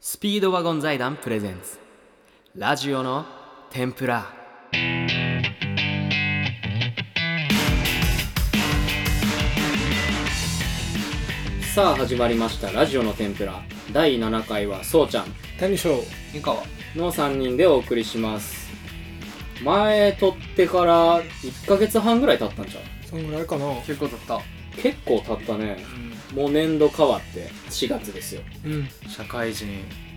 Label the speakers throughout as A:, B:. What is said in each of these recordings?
A: スピードワゴン財団プレゼンツラジオの天ぷらさあ始まりましたラジオの天ぷら第7回はそうちゃん
B: 谷翔
C: 湯川
A: の3人でお送りします前撮ってから1ヶ月半ぐらい経ったんちゃう
B: そんぐらいかな
C: 結構だった
A: 結構経ったね
C: う
A: もう年度変わって4月ですよ
B: うん
C: ん社会人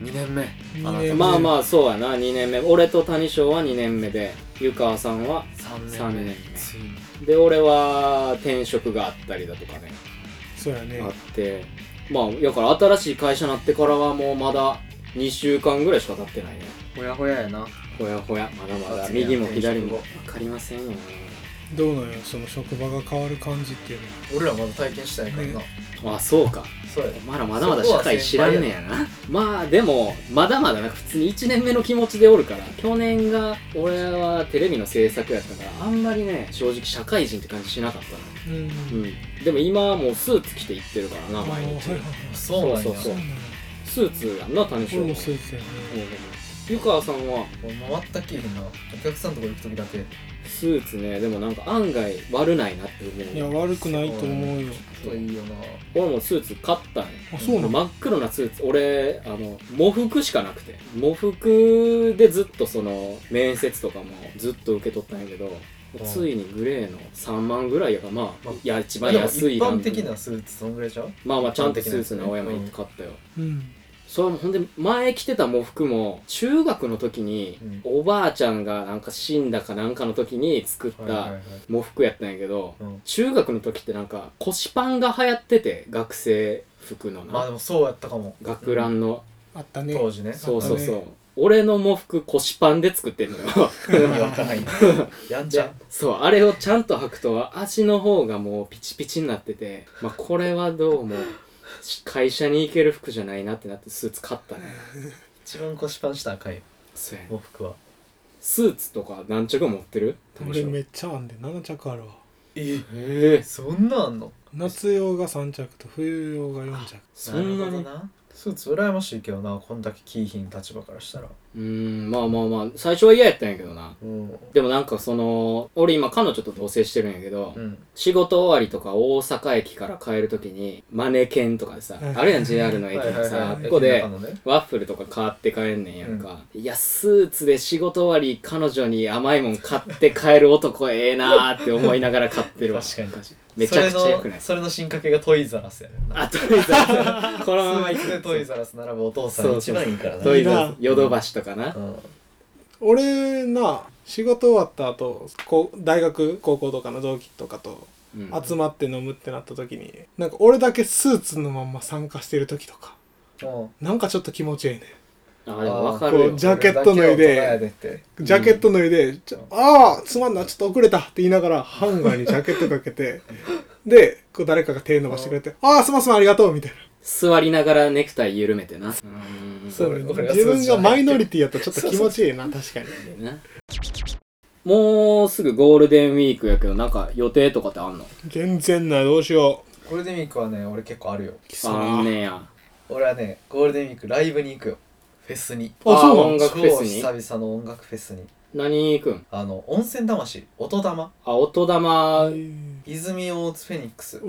C: 2年目あな
B: 二年目
C: た
A: まあまあそうやな2年目俺と谷翔は2年目で湯川さんは
C: 3
A: 三年
C: 年目
A: 目
C: ついに
A: で俺は転職があったりだとかね
B: そうやね
A: あってまあだから新しい会社になってからはもうまだ2週間ぐらいしか経ってないね
C: ほやほややな
A: ほやほやまだまだ
C: 次は
A: 右も左も
C: 転
A: 分かりませんよね
B: どうなんよその職場が変わる感じっていうのは
C: 俺らまだ体験してないからな、
B: ね
A: あそうか
C: そうや
A: まだまだまだ社会知らんねやなまあでもまだまだなんか普通に1年目の気持ちでおるから去年が俺はテレビの制作やったからあんまりね正直社会人って感じしなかったな
B: うん
A: うん、でも今はもうスーツ着て行ってるからな
B: あ
A: 毎
B: はい
A: 日
B: はいはい
C: そうなんや
A: そうそう
B: なんや
A: スーツやんな谷
B: 俺
A: 翔
B: もスーツやね
A: うん湯川さんは
C: 俺回ったっきりなお客さんとこ行く時だけ
A: スーツねでもなんか案外悪ないなって
B: いや
A: 思う
B: 悪くないと思うよ
C: ちょっといいよな
A: 俺もスーツ買ったんや
B: あそうなの
A: 真っ黒なスーツ俺あの喪服しかなくて喪服でずっとその面接とかもずっと受け取ったんやけど
C: うん
A: ついにグレーの3万ぐらいやからまあ
C: まあ
A: いや一
C: まあ
A: 番
C: でも
A: 安い
C: 一
A: な
C: 般的なスーツそんぐらいちゃう
A: まあまあちゃんとスーツの青山行って買ったよ、
B: うん
A: それもほんで前着てた喪服も中学の時に
C: うん
A: おばあちゃんがなんか死んだかなんかの時に作っ
C: はいはいは
A: た
C: い
A: 喪服やったんやけど
C: うん
A: 中学の時ってなんか腰パンが流行ってて学生服の
C: まあで
A: な
C: もそうやったかも
A: 学ランの
B: あったね
C: 当時ね
A: そうそうそ
B: あ
A: う俺の喪服腰パンで作ってんの よ
C: 意味わかんないやんちゃ
A: そうあれをちゃんと履くと足の方がもうピチピチになっててまあこれはどうも会社に行ける服じゃないなってなってスーツ買ったね
C: 一番腰パンした赤い
A: そうやね
C: 喪服は
A: スーツとか何着持ってる
B: 俺めっちゃあんで7着あるわ
C: え
A: ええ
C: そんなんあんの
B: 夏用が3着と冬用が4着
A: そんな
C: るほ
A: に
C: どなスーツ羨ましいけどなこんだけキーヒン立場からしたら
A: うーんまあまあまあ最初は嫌やったんやけどな
C: うん
A: でもなんかその俺今彼女と同棲してるんやけど、
C: うん
A: 仕事終わりとか大阪駅から帰るときにマネケンとかでさ、
B: うん
A: あるやん JR の駅の
B: はいはい
A: さあ
B: はい
A: っこで
C: 駅の中のね
A: ワッフルとか買って帰んねんやんか、いやスーツで仕事終わり彼女に甘いもん買って帰る男ええなーって思いながら買ってるわ
C: 確かに
A: めちゃくちゃ良くない
C: それのそれの進化系がトイザラスやねんな
A: あとりあえずあとこのまま
C: スー
A: 行
C: ツ
A: く
C: でトイザラス並ぶお父さ
A: そ
C: ん
A: う
C: 一
A: そう
C: 番いいからな
A: と
B: イ
A: りあえず
C: いい
A: ヨ
C: な
A: ドバシとかな、
C: うん
B: 俺な仕事終わった後こう大学高校とかの同期とかと
A: うん
B: 集まって飲むってなった時になんか俺だけスーツのまんま参加してる時とか
C: うん
B: なんかちょっと気持ちいいね
A: あでもわかる
B: こ
A: よ
B: うじジャケット脱いで
C: 俺だけ大人やでって
B: ジャケット脱いで「ちょああすまんなちょっと遅れた」って言いながらハンガーにジャケットかけてでこう誰かが手伸ばしてくれて「ああすまんすまんありがとう」みたい
A: 座りながらネクタイ緩めてな
B: な
A: そ
B: そう
C: 俺俺が
B: 自分
C: スーツじゃ
B: が
C: ない
B: マイノリティやったらちょっと気持ちいいな確かに
A: うだよなもうすぐゴールデンウィークやけどなんか予定とかってあんの
B: 全然ないどうしよう
C: ゴールデンウィークはね俺結構あるよ
B: き
A: あんねや
C: 俺はねゴールデンウィークライブに行くよフェスに
B: あそうなの
A: 音楽フェスに
C: 超久々の音楽フェスに
A: 何行くん
C: あの温泉魂音玉
A: あ音玉、
C: 泉大津フェニックス
B: お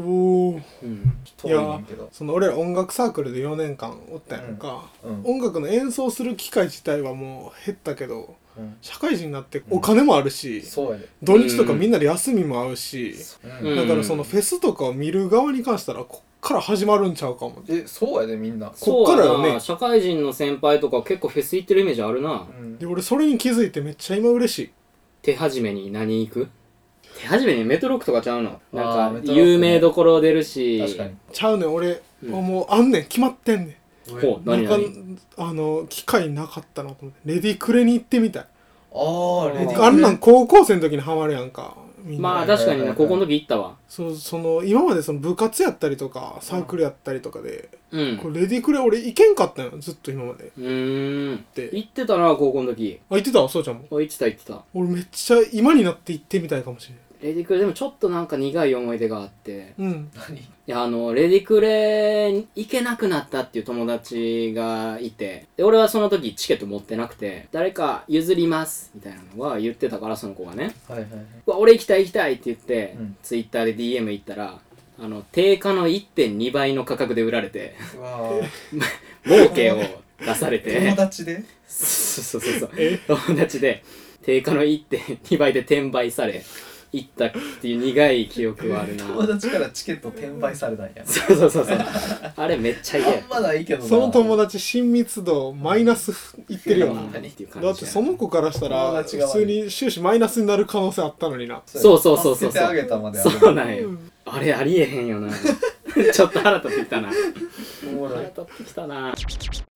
B: ー
A: うん、
C: 遠いねんけど
B: その俺ら音楽サークルで4年間おったやんか、
C: うん
B: 音楽の演奏する機会自体はもう減ったけど
C: うん
B: 社会人になってお金もあるし、
C: そうやで
B: 土日とかみんなで休みも合うし、
C: うん
A: うん
B: だからそのフェスとかを見る側に関したらこっから始まるんちゃうかも
C: えそうやでみんな
B: こっからよ
A: そ
B: ね
A: うやな社会人の先輩とか結構フェス行ってるイメージあるな、
C: うん
B: で俺それに気づいてめっちゃ今嬉しい
A: 手始めに何行く手始めにメトロックとかちゃうの
C: あー
A: なんか
C: メトロックね
A: 有名どころ出るし
C: 確かに
B: ちゃうねん俺、
A: うん
B: もうあんねん決まってんね
A: ほうん何
B: なん
A: 何
B: かあの機会なかったなと思ってレディクレに行ってみたい
C: ああレディー
B: あんなん高校生の時にハマるやんかみんな、
A: まあ確かに
C: はいは
A: な
C: いはい
A: 高校の時行ったわ
B: そうその今までその部活やったりとかサークルやったりとかで、
A: うん
B: これレディクレ俺行けんかったんよずっと今まで
A: うーん
B: で
A: 行ってたな高校の時
B: あ行ってたわそうちゃんも
A: あ行ってた行ってた
B: 俺めっちゃ今になって行ってみたいかもしれない
A: レディクレでもちょっとなんか苦い思い出があって
B: うん
D: 何
A: いやあのレディクレに行けなくなったっていう友達がいてで俺はその時チケット持ってなくて誰か譲りますみたいなのは言ってたからその子がね
C: はいはいはいう
A: わ俺行きたい行きたいって言って、
C: うん
A: ツイッターで DM 行ったらあの定価の1.2倍の価格で売られて
D: うわー
A: 儲けを出され
D: 友
A: て
D: 達で
A: そうそうそうそう
B: え
A: 友達で定価の1.2倍 で転売され行ったっていう苦い記憶はあるな
D: 友達からチケット転売されたんや
A: そうそうそうそうあれめっちゃ嫌や
D: あんまないけどな
B: その友達親密度マイナスいっ てるよな
D: うん
A: 何っていう感じ
B: だってその子からした
D: 友
B: ら
D: 達が
B: 普
D: 悪い
B: 通に終始マイナスになる可能性あったのにな
A: そうそうそうそ
D: 助け
A: う
D: てあげたまである
A: そうなん
B: う
A: よ
B: ん
A: あれありえへんよな ちょっと腹立ってきたな
D: おもろ
A: 腹
D: い
A: 立ってきたな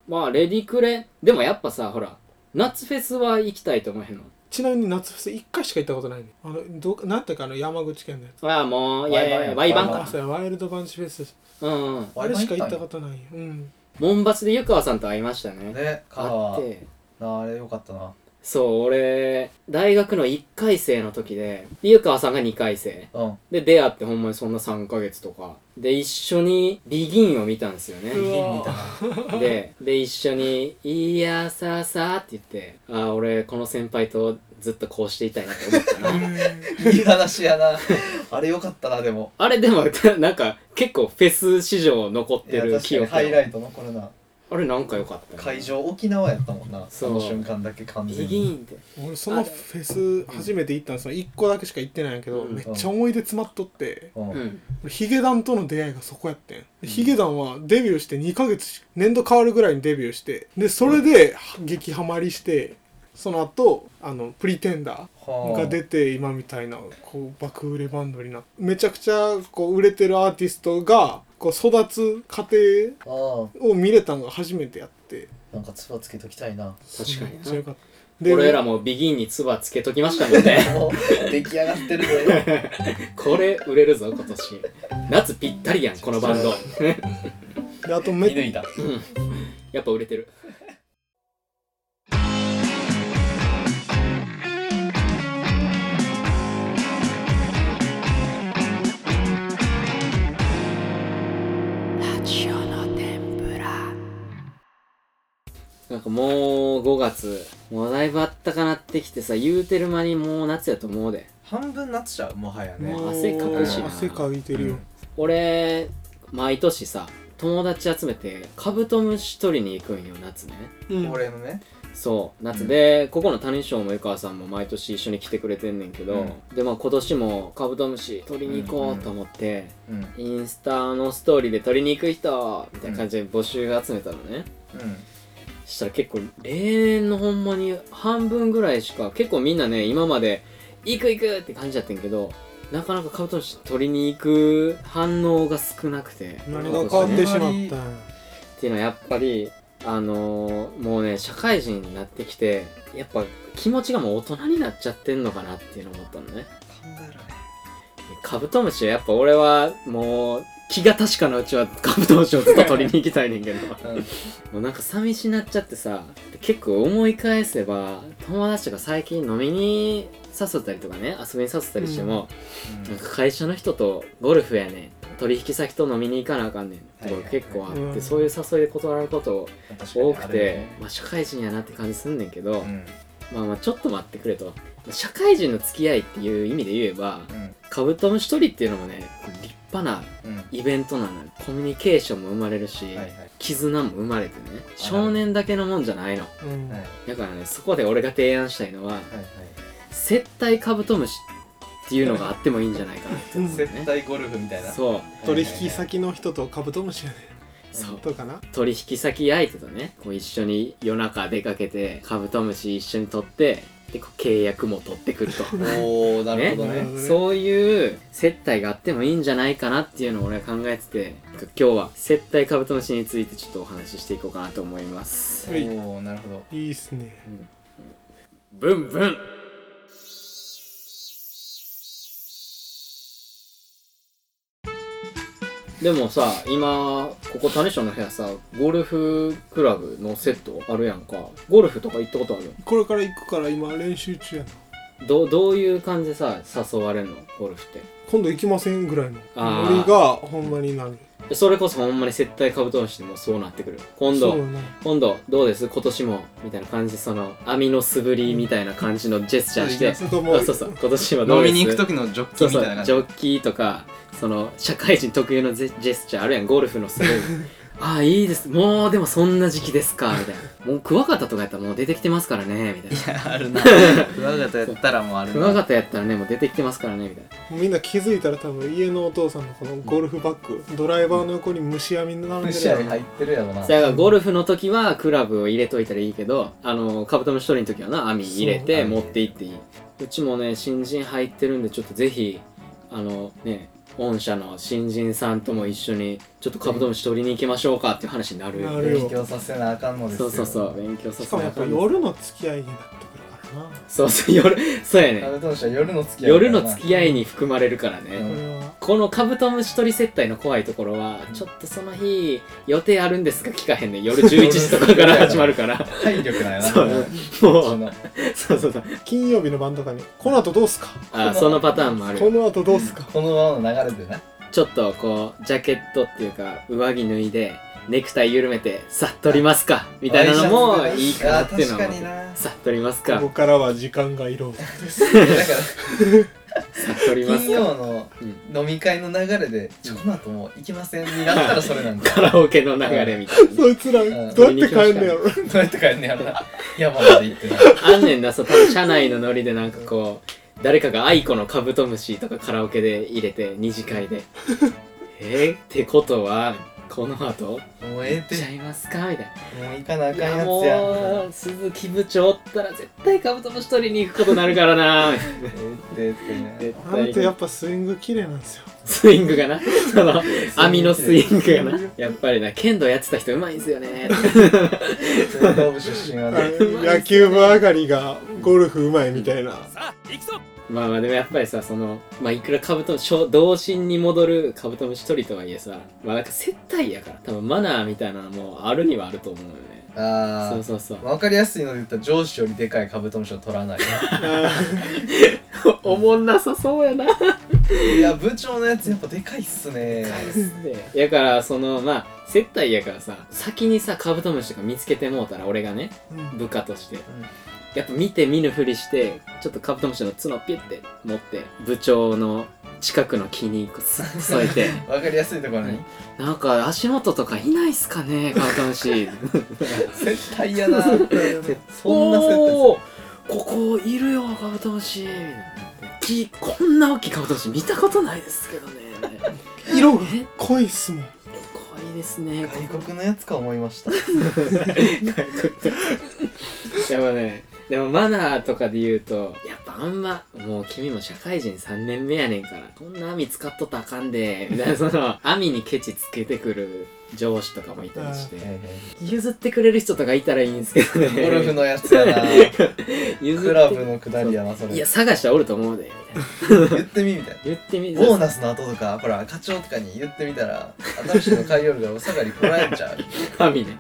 A: まあレディクレでもやっぱさほら夏フェスは行きたいと思えへんの
B: ちなみに夏フェス1回しか行ったことないねあのど何ていうかあの山口県のやつ
A: ああもういやいやいやワ
D: ワ
A: イ
D: イ
A: バ
D: バ
A: ン
D: ン
B: あ
A: か
B: そうやワイルドバンチフェス
A: うんうん
B: あれしか行ったことないようん
A: モンバスで湯川さんと会いましたね
D: ね
A: 会
C: 川
A: って
C: なああれよかったな
A: そう俺大学の1回生の時で湯川さんが2回生
C: うん
A: で出会ってほんまにそんな3ヶ月とかで一緒にビギンを見たんですよね
B: うわ
C: 見たな
A: でで一緒に「いやさあさあ」って言って「ああ俺この先輩とずっとこうしていたいな」って思った な
D: いい話やなあれよかったなでも
A: あれでも なんか結構フェス史上残っ
D: い
A: て
D: や
A: る
D: 確か
A: 記
D: に
A: 憶
D: ハイライトのこれな
A: あれなんか良かったな
D: 会場沖縄やったもんな
A: そ
D: そうの瞬間だけ完
A: ビ
D: 全
A: ギ
D: に
A: ンって
B: 俺そのフェス初めて行ったんですよ1個だけしか行ってないんやけど、
A: うん
B: めっちゃ思い出詰まっとって
C: うん
A: うん
B: 俺ヒゲダンとの出会いがそこやってんヒゲダンはデビューして2ヶ月し年度変わるぐらいにデビューしてでそれで激ハマりしてその後あのプリテンダー
C: は
B: が出て今みたいなこう爆売れバンドになってめちゃくちゃこう売れてるアーティストがこう育つ過程
C: あ
B: を見れたのが初めてやって
C: あなんかつばつけときたいな
A: 確かに
B: めっ
A: な
B: ちゃよかった
A: 俺らもビギンに唾つけときましたも んね
D: もう出来上がってる ね
A: これ売れるぞ今年夏ぴった りやんこのバンド
B: であとめ
D: 見
B: っ
D: 抜いた
A: やっぱ売れてるなんかもう5月もうだいぶあったかなってきてさ言うてる間にもう夏やと思うで
D: 半分なっちゃうもはやね
B: もう
A: 汗かくしな
B: 汗かいてるよ、
A: 俺毎年さ友達集めてカブトムシ取りに行くんよ夏ね
B: うん
D: 俺のね
A: そう夏で、ここの谷翔も湯川さんも毎年一緒に来てくれてんねんけど、でまあ今年もカブトムシ取りに行こうと思って、
C: うんうん
A: インスタのストーリーで取りに行く人みたいな感じで募集が集めたのね、したら結構例年のほんまに半分ぐらいしか結構みんなね今まで行く行くって感じだったんやけどなかなかカブトムシ取りに行く反応が少なくて
B: 何が変わってしまったんや
A: っていうのはやっぱりあのーもうね社会人になってきてやっぱ気持ちがもう大人になっちゃってんのかなっていうのを思ったのね
D: 考えられ
A: カブトムシはやっぱ俺はもう気が確かなうちはカブトムシをずっと取りに行きたいねんけども
D: うん
A: うなんか寂しになっちゃってさ結構思い返せば友達とか最近飲みに誘ったりとかね遊びに誘ったりしても、なんか会社の人とゴルフやねん取引先と飲みに行かなあかんねんってことが結構あって、
B: はいはいはいうん
A: そういう誘いで断られること
D: うん
A: 多くて、まあ、社会人やなって感じすんねんけど、
D: うん
A: まあまあちょっと待ってくれと社会人の付き合いっていう意味で言えば
D: うん
A: カブトムシ取りっていうのもね立派な
D: うん
A: イベントなのよコミュニケーションも生まれるし、
D: はいはい
A: 絆も生まれてね少年だけのもんじゃないの
B: うん
D: はいはい
A: だからねそこで俺が提案したいのは
D: はい
A: 接待カブトムシっていうのがあってもいいんじゃないかなって思うんだ よ
D: 接
A: ね
D: 待ゴルフみたいな
A: そう
B: 取引先の人とカブトムシやね
A: そう
B: とかな
A: 取引先相手とねこう一緒に夜中出かけてカブトムシ一緒に取ってでこう契約も取ってくると
D: お おなるほど
B: ね
D: ね
A: そういう接待があってもいいんじゃないかなっていうのを俺は考えてて今日は接待カブトムシについてちょっとお話ししていこうかなと思います
B: はい
D: おおなるほど
B: いいっすね
A: ブンブンでもさ今ここ種所の部屋さゴルフクラブのセットあるやんかゴルフとか行ったことある
B: これから行くから今練習中やな
A: どどういう感じでさ誘われるのゴルフって
B: 今度行きませんぐらいの
A: あー
B: ノリがほんまになる
A: それこそほんまに接待カブトムシでもそうなってくる今
B: そ
A: 度
B: うやな
A: 今度どうです今年もみたいな感じその網の素振りみたいな感じのジェスチャーして、
B: そうそう
A: あそうそう今年はど
D: 飲
A: うで
D: み
A: す
D: に行く時のジョッキ
A: そう
D: み
A: そ
D: た
A: う
D: いな感じ
A: ジョッキーとかその社会人特有のジェジェスチャーあるやんゴルフの すごいああいいですもうでもそんな時期ですかみたいなもうクワガタとかやったらもう出てきてますからねみたいない
D: やあ るなクワガタやったらもうある
A: クワ
D: な
A: ガタやったらねもう出てきてますからねみたいな
B: みんな気づいたら多分家のお父さんのこのゴルフバッグ、ドライバーの横に虫網並んでる
C: 虫
B: や
C: や
B: ろ
C: に入ってるやろな
A: それからゴルフの時はクラブを入れといたらいいけどあのカブトムシ取りの時はな網入れ
C: そう
A: て
C: 網
A: 持って行っていいうちもね新人入ってるんでちょっとぜひあのね御社の新人さんとも一緒にちょっとカブトムシ取りに行きましょうかっていう話になる
B: なる
C: 勉強させなあかんのです
A: そ
C: よ
A: うそうそう勉強さ
B: し
A: せ
B: かも
A: な
B: や
A: あ
B: っ
A: か
B: ぱ
A: んの
B: 夜の付き合いになってくるからな
A: そうそう夜そうや
C: カ
A: ね
C: ブトムシは夜の付き合い
A: 夜の付き
C: 合い
A: 合いに含まれるからね、
C: うん
B: これは
A: このカブトムシ取り接待の怖いところは、ちょっとその日予定あるんですか聞かへんねん夜11時とかから始まるから
C: 体力だよな
A: そう
C: こっ
A: もう
C: ちの
A: そうそうそう
B: 金曜日の晩とかに「この後どうすか?」
A: あそのパターンもあ
B: こ
A: る
B: の後どうすか、
C: このままの流れでな
A: ちょっとこうジャケットっていうか上着脱いでネクタイ緩めてさっとりますかみたいなのもいいかなっていうの
D: あ
A: は
D: ー確かにな
A: さっとります
B: こ
A: か
B: こからは時間が色を
C: だから
A: さっとります
C: 金
A: か
C: 曜の飲み会の流れで「ちょこの後もう行きません」になったらそれなんだ
A: カラオケの流れみたいな
B: そいつら
C: ん
B: どうやって帰んのやろ
C: どうやって帰んねやろな山まで行ってな
A: あんねんな、そう、多分社内のノリでなんかこう、誰かがアイコのカブトムシとかカラオケで入れて、二次会 で。えー、ってことは、この後、
C: もうええって
A: ち ゃいますかみたい
C: もう行かなあかん
A: な。いや
C: や
A: も
C: つや
A: う、鈴木部長おったら絶対カブトムシ取りに行くことになるからな。
C: ええってええってね
A: 絶
B: あんたや
A: 対
B: っぱスイング綺麗なんですよ
A: スイングがな、そ の、網のスイングがな。やっぱりな、剣道やってた人うまいんすよね。
C: 運動部出身は
B: あ
C: ね
B: の 野球部上がりがゴルフうまいみたいな、
A: まあまあでもやっぱりさそのまあいくらカブトムシ小童心に戻るカブトムシ取りとはいえさまあなんか接待やから多分マナーみたいなのもあるにはあると思うよね
C: あ
A: そう
C: ー
A: そうそう
C: わかりやすいので言ったら上司よりでかいカブトムシを取 らない
A: おもんなさそう やな
C: いや部長のやつやっぱでかいっすね
A: やからそのまあ接待やからさ先にさカブトムシとか見つけてもうたら俺がね
B: うん
A: 部下として、
C: ん
A: やっぱ見て見ぬふりしてちょっとカブトムシの角ピュッて持って部長の近くの木にこうすっ添え て
C: わかりやすいところ に
A: なんか足元とかいないっすかねカブトムシ
C: 絶対やなそんな接待する
A: おーここいるよカブトムシきこんな大きいカブトムシ見たことないですけどね
B: 色が
A: え
B: 濃いっすもん
A: 怖いですね
C: 外国のやつか思いました
A: でもねでもマナーとかで言うとやっぱあんまもう君も社会人3年目やねんからこんな網使っとったらあかんでみたい なその網にケチつけてくる上司とかもいたりして譲ってくれる人とかいたらいいんですけどね
C: ゴルフのやつや な
A: 譲って
C: クラブのくだりやなそれ
A: いや探したらおると思うでみたいな
C: 言ってみみたいな
A: 言ってみ
C: ボーナスの後とかほら課長とかに言ってみたら新しいの買いよるからお下がりこらえんちゃう
A: 網ね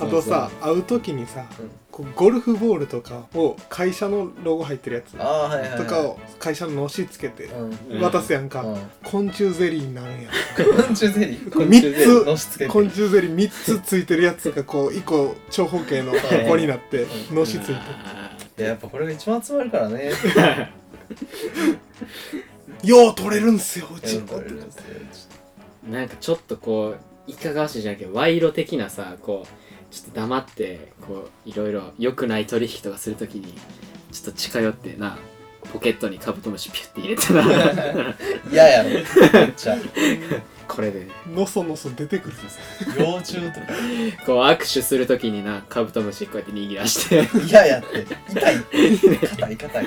B: あとさ会う時にさ、
C: うん
B: こうゴルフボールとかを会社のロゴ入ってるやつ
C: ああはいはい、はい、
B: とかを会社ののしつけて
C: うん
A: うん
B: 渡すやんか、
C: う
B: 昆虫ゼリーになるんや
C: ん昆虫ゼリー
A: 昆虫ゼリー
B: 3
C: のしつけ
B: つ
C: て
B: 昆虫ゼリー3つついてるやつがこう1個長方形 の箱になって
C: う
B: のしついてる
C: いややっぱこれが一番集まる からね
B: 「よう取れるんすようちの」ってなって
A: なんかちょっとこういかがわしいじゃなくて賄賂的なさこうちょっと黙ってこういろいろ良くない取引とかするときにちょっと近寄ってなポケットにカブトムシピュッて入れて な
C: 嫌やろめっちゃ
A: これでね
B: のそのそ出てくるんです
C: 幼虫とか
A: こう握手するときになカブトムシこうやって握らして
C: 嫌やって痛いって硬い硬い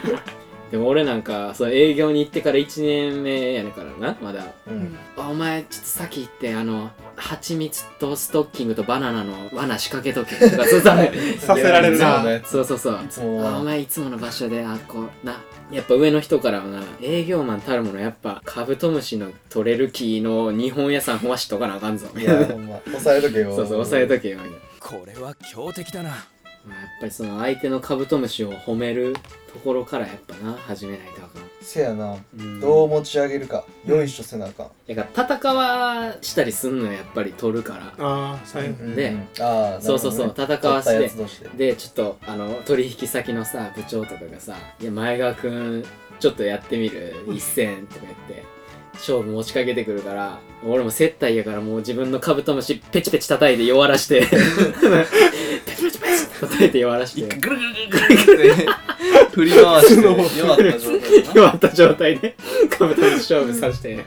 A: でも俺なんかその営業に行ってから1年目やねんからなまだ
C: うん
A: お前ちょっと先行ってあの蜂蜜とストッキングとバナナの罠仕掛けとけとかそうさ
B: させられるな
C: やいつ
A: そうそう そう
C: つもの
A: あお
C: や
A: 前いつもの場所であこうなやっぱ上の人からはな営業マンたるものやっぱカブトムシの取れる木の日本屋さん壊 しとかなあかんぞ
C: ついやほんま抑えとけよ
A: そうそう押さえとけよ
E: これは強敵だな
A: まあ、やっぱりその相手のカブトムシを褒めるところからやっぱな始めないとあかん
C: せやな
A: うん
C: どう持ち上げるかよいしょせなあかん
A: やから戦わしたりすんのよやっぱり取るから
B: ああ最後
C: うん
A: で
C: うんああ
A: そうそうそう戦わして
C: 取ったやつ同士で
A: でちょっとあの取引先のさ部長とかがさ「いや前川くんちょっとやってみる一戦」とか言って勝負持ちかけてくるから俺も接待やからもう自分のカブトムシペチペチ叩いて弱らしてペチペチペチ叩いて弱らし
D: 一
A: て
D: 回ぐるぐるぐるぐるって振り回して弱った状態だな
A: 弱った状態でカブトムシ勝負させて。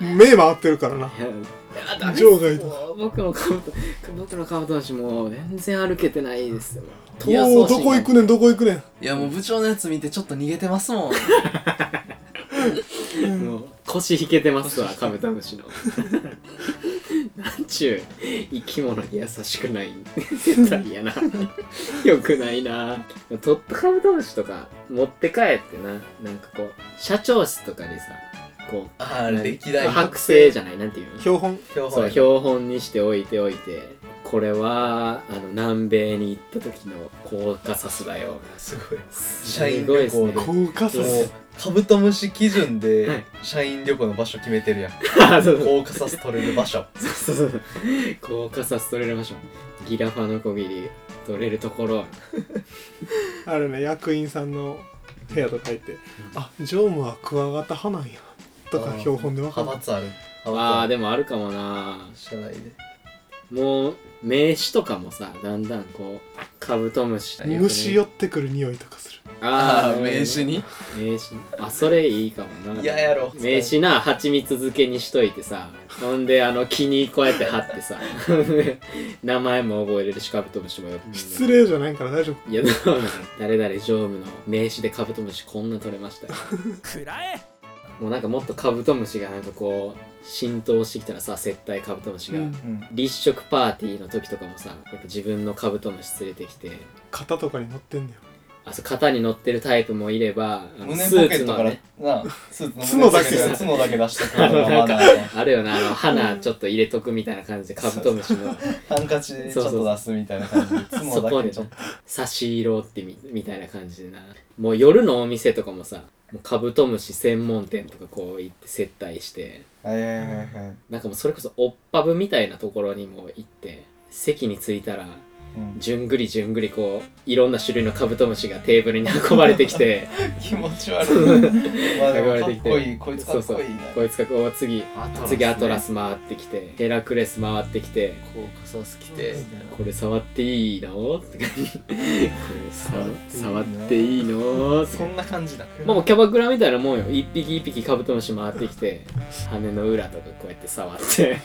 B: 目回ってるからない
A: ややだ
B: 場外だ
A: もう僕のカブト僕のカブトムシもう全然歩けてないですよ
B: おおーどこ行くねんどこ行くねん
D: いやもう部長のやつ見てちょっと逃げてますもん
A: もう腰引けてますわカブトムシのなんちゅう生き物に優しくない世界やなよくないなトップカブトムシとか持って帰ってななんかこう社長室とかでさこう
C: ああ
A: なん
C: 歴代
A: 剥製じゃないなんていうの
B: 標本
C: 標
A: そう
C: 本
A: 標本にしておいておいてこれはあの南米に行った時のコーカサスだよ
C: すごい
A: す
C: 社員
A: ごい
C: 旅
A: です
C: 行
A: ね
C: で
B: 高架
C: もう
B: ス
C: カブトムシ基準
A: は
C: で
A: い
C: 社員旅行の場所決めてるやん
A: あそうそう
C: 高カサス取れる場所
A: そうそうそう コーカサス取れる場所ギラファノコギリ取れるところ
B: あるね役員さんの部屋とか行って「あ常務はクワガタ派なんや」とか標本で分か
C: 派
B: る
C: 閥ある
A: ああ
C: 派閥
A: でもあるかもな
C: 社内で
A: もう名刺とかもさだんだんこうカブトムシとかよくね
B: 虫寄ってくる匂いとかする
A: あ
D: あ
A: あ
D: あ名刺に
A: 名刺あそれいいかもな
C: 嫌やろ
A: 名刺な蜂蜜漬けにしといてさほんであの木にこうやって貼ってさ 名前も覚えれるしカブトムシもよ
B: 失礼じゃないから大丈夫
A: いやどうなの誰々常務の名刺でカブトムシこんな取れましたよ
D: くらえ
A: もうなんかもっとカブトムシがなんかこう浸透してきたらさ接待カブトムシが、
B: うん
C: うん
A: 立食パーティーの時とかもさやっぱ自分のカブトムシ連れてきて
B: 型とかに乗ってんだよ
A: あそう肩に乗ってるタイプもいればあの
C: 胸ポ
A: スー
C: ケ
A: ツ
C: ット
A: の
C: から、
A: ね
C: なあスーツの胸ポケットから角だけ出してくる のがマナーや
A: あるよなあの花ちょっと入れとくみたいな感じでカブトムシの
C: ハンカチでちょっと出すみたいな感じで角
A: そこ
C: だけ
A: で
C: ちょっと
A: 差し色ってみみたいな感じでなもう夜のお店とかもさもうカブトムシ専門店とかこう行って接待して
C: はいはいはいはい
A: なんかもうそれこそオッパブみたいなところにも行って席に着いたら
C: うん
A: じゅんぐりじゅんぐりこういろんな種類のカブトムシがテーブルに運ばれてきて
C: 気持ち悪いまあでもかっこ いいこいつか
A: そう
C: っ
A: そう
C: こいいな
A: こいつがこう次
D: アトラスね
A: 次アトラス回ってきてヘラクレス回ってきて
D: こうカサス来て
A: これ触っていいのとかこれさ触
C: 触
A: っ
C: ってて
A: いいの
D: そんな感じだ
A: まあもうキャバクラみたいなもんよ一匹一匹カブトムシ回ってきて羽の裏とかこうやって触って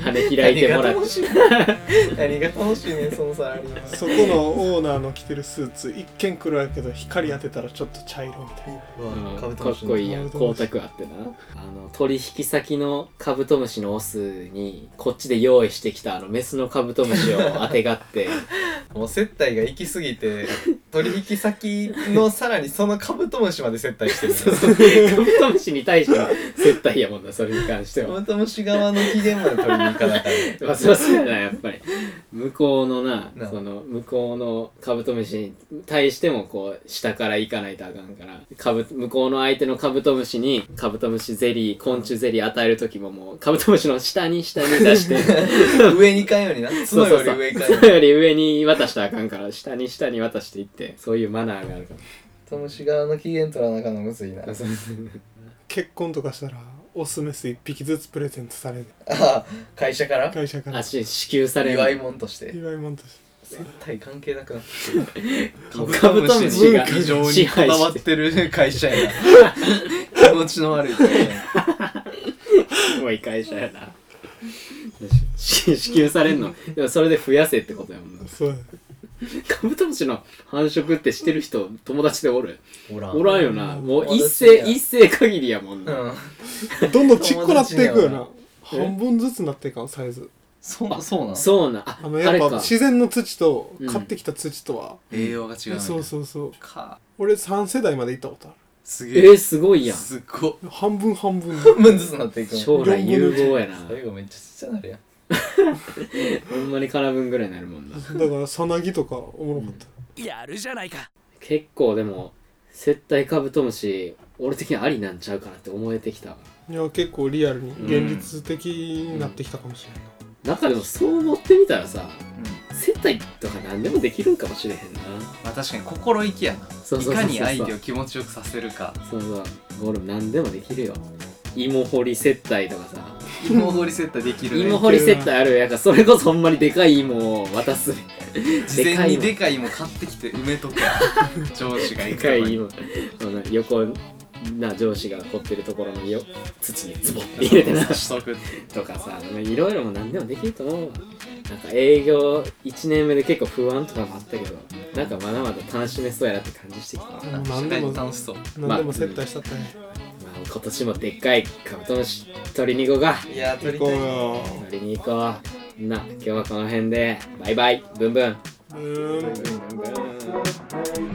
A: 羽開いてもらって
C: 何が楽しいねんそのサラリーマン
B: そこのオーナーの着てるスーツ一見黒やけど光当てたらちょっと茶色みたいな
A: うん
C: カブト
A: か
C: ム
A: っ
C: シの
A: こいいやん
B: カ
A: 光
B: ブトムシ
A: 沢あってなあの取引先のカブトムシのオスにこっちで用意してきたあのメスのカブトムシをあてがって
C: もう接待が行き過ぎて取引先のさらにそのカブトムシまで接待して る
A: カブトムシに対しては接待やもんなそれに関して
C: カ
A: は。
C: ブトムシ側の機嫌まで取りに行かなかっ
A: まあ、そりゃそうやなやっぱり向こうのな
C: なあ
A: その向こうのカブトムシに対してもこう下から行かないとあかんからカブ向こうの相手のカブトムシにカブトムシゼリー昆虫ゼリー与える時ももうカブトムシの下に下に出して
C: た 上に行かんようにな角より上行かんように
A: それより上に渡したらあかんから下に下に渡していってそういうマナーがあるか
C: カブトムシ側の機嫌取らなあかんのむずいな
A: らそう
B: 結婚とかしたらオスメス一匹ずつプレゼントされる
C: ああ会社から
B: 会社から
A: 足支給され
C: 祝い
A: る
C: 物として
B: 祝い物とし
C: 接待関係なくなって
A: もうカブトムシが
D: 非常
A: 支
D: にこ
A: 配
D: だわ
A: し
D: っててる 会社やな気持ちの悪い会社や
A: すごい会社やなし支給されんのでもそれで増やせってことやもんな
B: てそうやね
A: カブトムシの繁殖ってしてる人友達でおる
C: おらん
A: おらんよなもう一
C: 友達
A: 世
C: や
A: 一世限りやもんな、
C: うん
B: どんどんちっこなっていくよな
C: 友
A: やな
B: 半分ずつなっていかんサイズ
D: そうそうなん
A: そうなあ
B: あ
A: あ
B: のやっ
A: れ
B: ぱ
A: か
B: 自然の土と
A: うん
B: 買ってきた土とは、
D: 栄養が違うんや
B: そうそうそう
D: か
B: 俺3世代まで行ったことあ
D: す
A: え
D: げえ
A: ー、すごいやん
D: すっご
B: る半分半分
C: 半分ずつなっていくの
A: 将来有望やな
C: 最後めっちゃちっちゃなるやん
A: ほんまに空分ぐらいになるもんな
B: だからさなぎとかおもろかった、
A: 結構でも接待カブトムシ俺的にありなんちゃうかなって思えてきたわ
B: いや結構リアルに現実的になってきたかもしれない、
A: 中でもそう思ってみたらさ接待とか何でもできるんかもしれへんな
D: まあ確かに心意気やな
A: そうそうそうそう
D: いかに相手を気持ちよくさせるか
A: そうそう俺も何でもできるよ芋掘り接待とかさ
D: 芋掘り接待できるね
A: 芋掘り接待あるやんかそれこそほんまにでかい芋を渡す
D: 事前にでかい芋買ってきて埋めと け上司が
A: で
D: 行くと
A: か
D: こ
A: い
D: に
A: 芋あの横な上司が掘ってるところのよ土にズボンって入れてな
D: 刺しとくって
A: とかさいろいろも何でもできると思うわなんか営業1年目で結構不安とかもあったけどなんかまだまだ楽しめそうやなって感じしてきたな、ま
B: もう
D: 社
B: 何で
D: 会
B: も
D: に楽しそう
B: 何でも接待したったね、
A: あ、今年もでっかいカブトムシ取りに行こうか
C: いやー撮り
B: 行こう
C: たい
B: よ
A: 取りに行こうな今日はこの辺でバイバイブンブン
B: うーん
A: ブンブン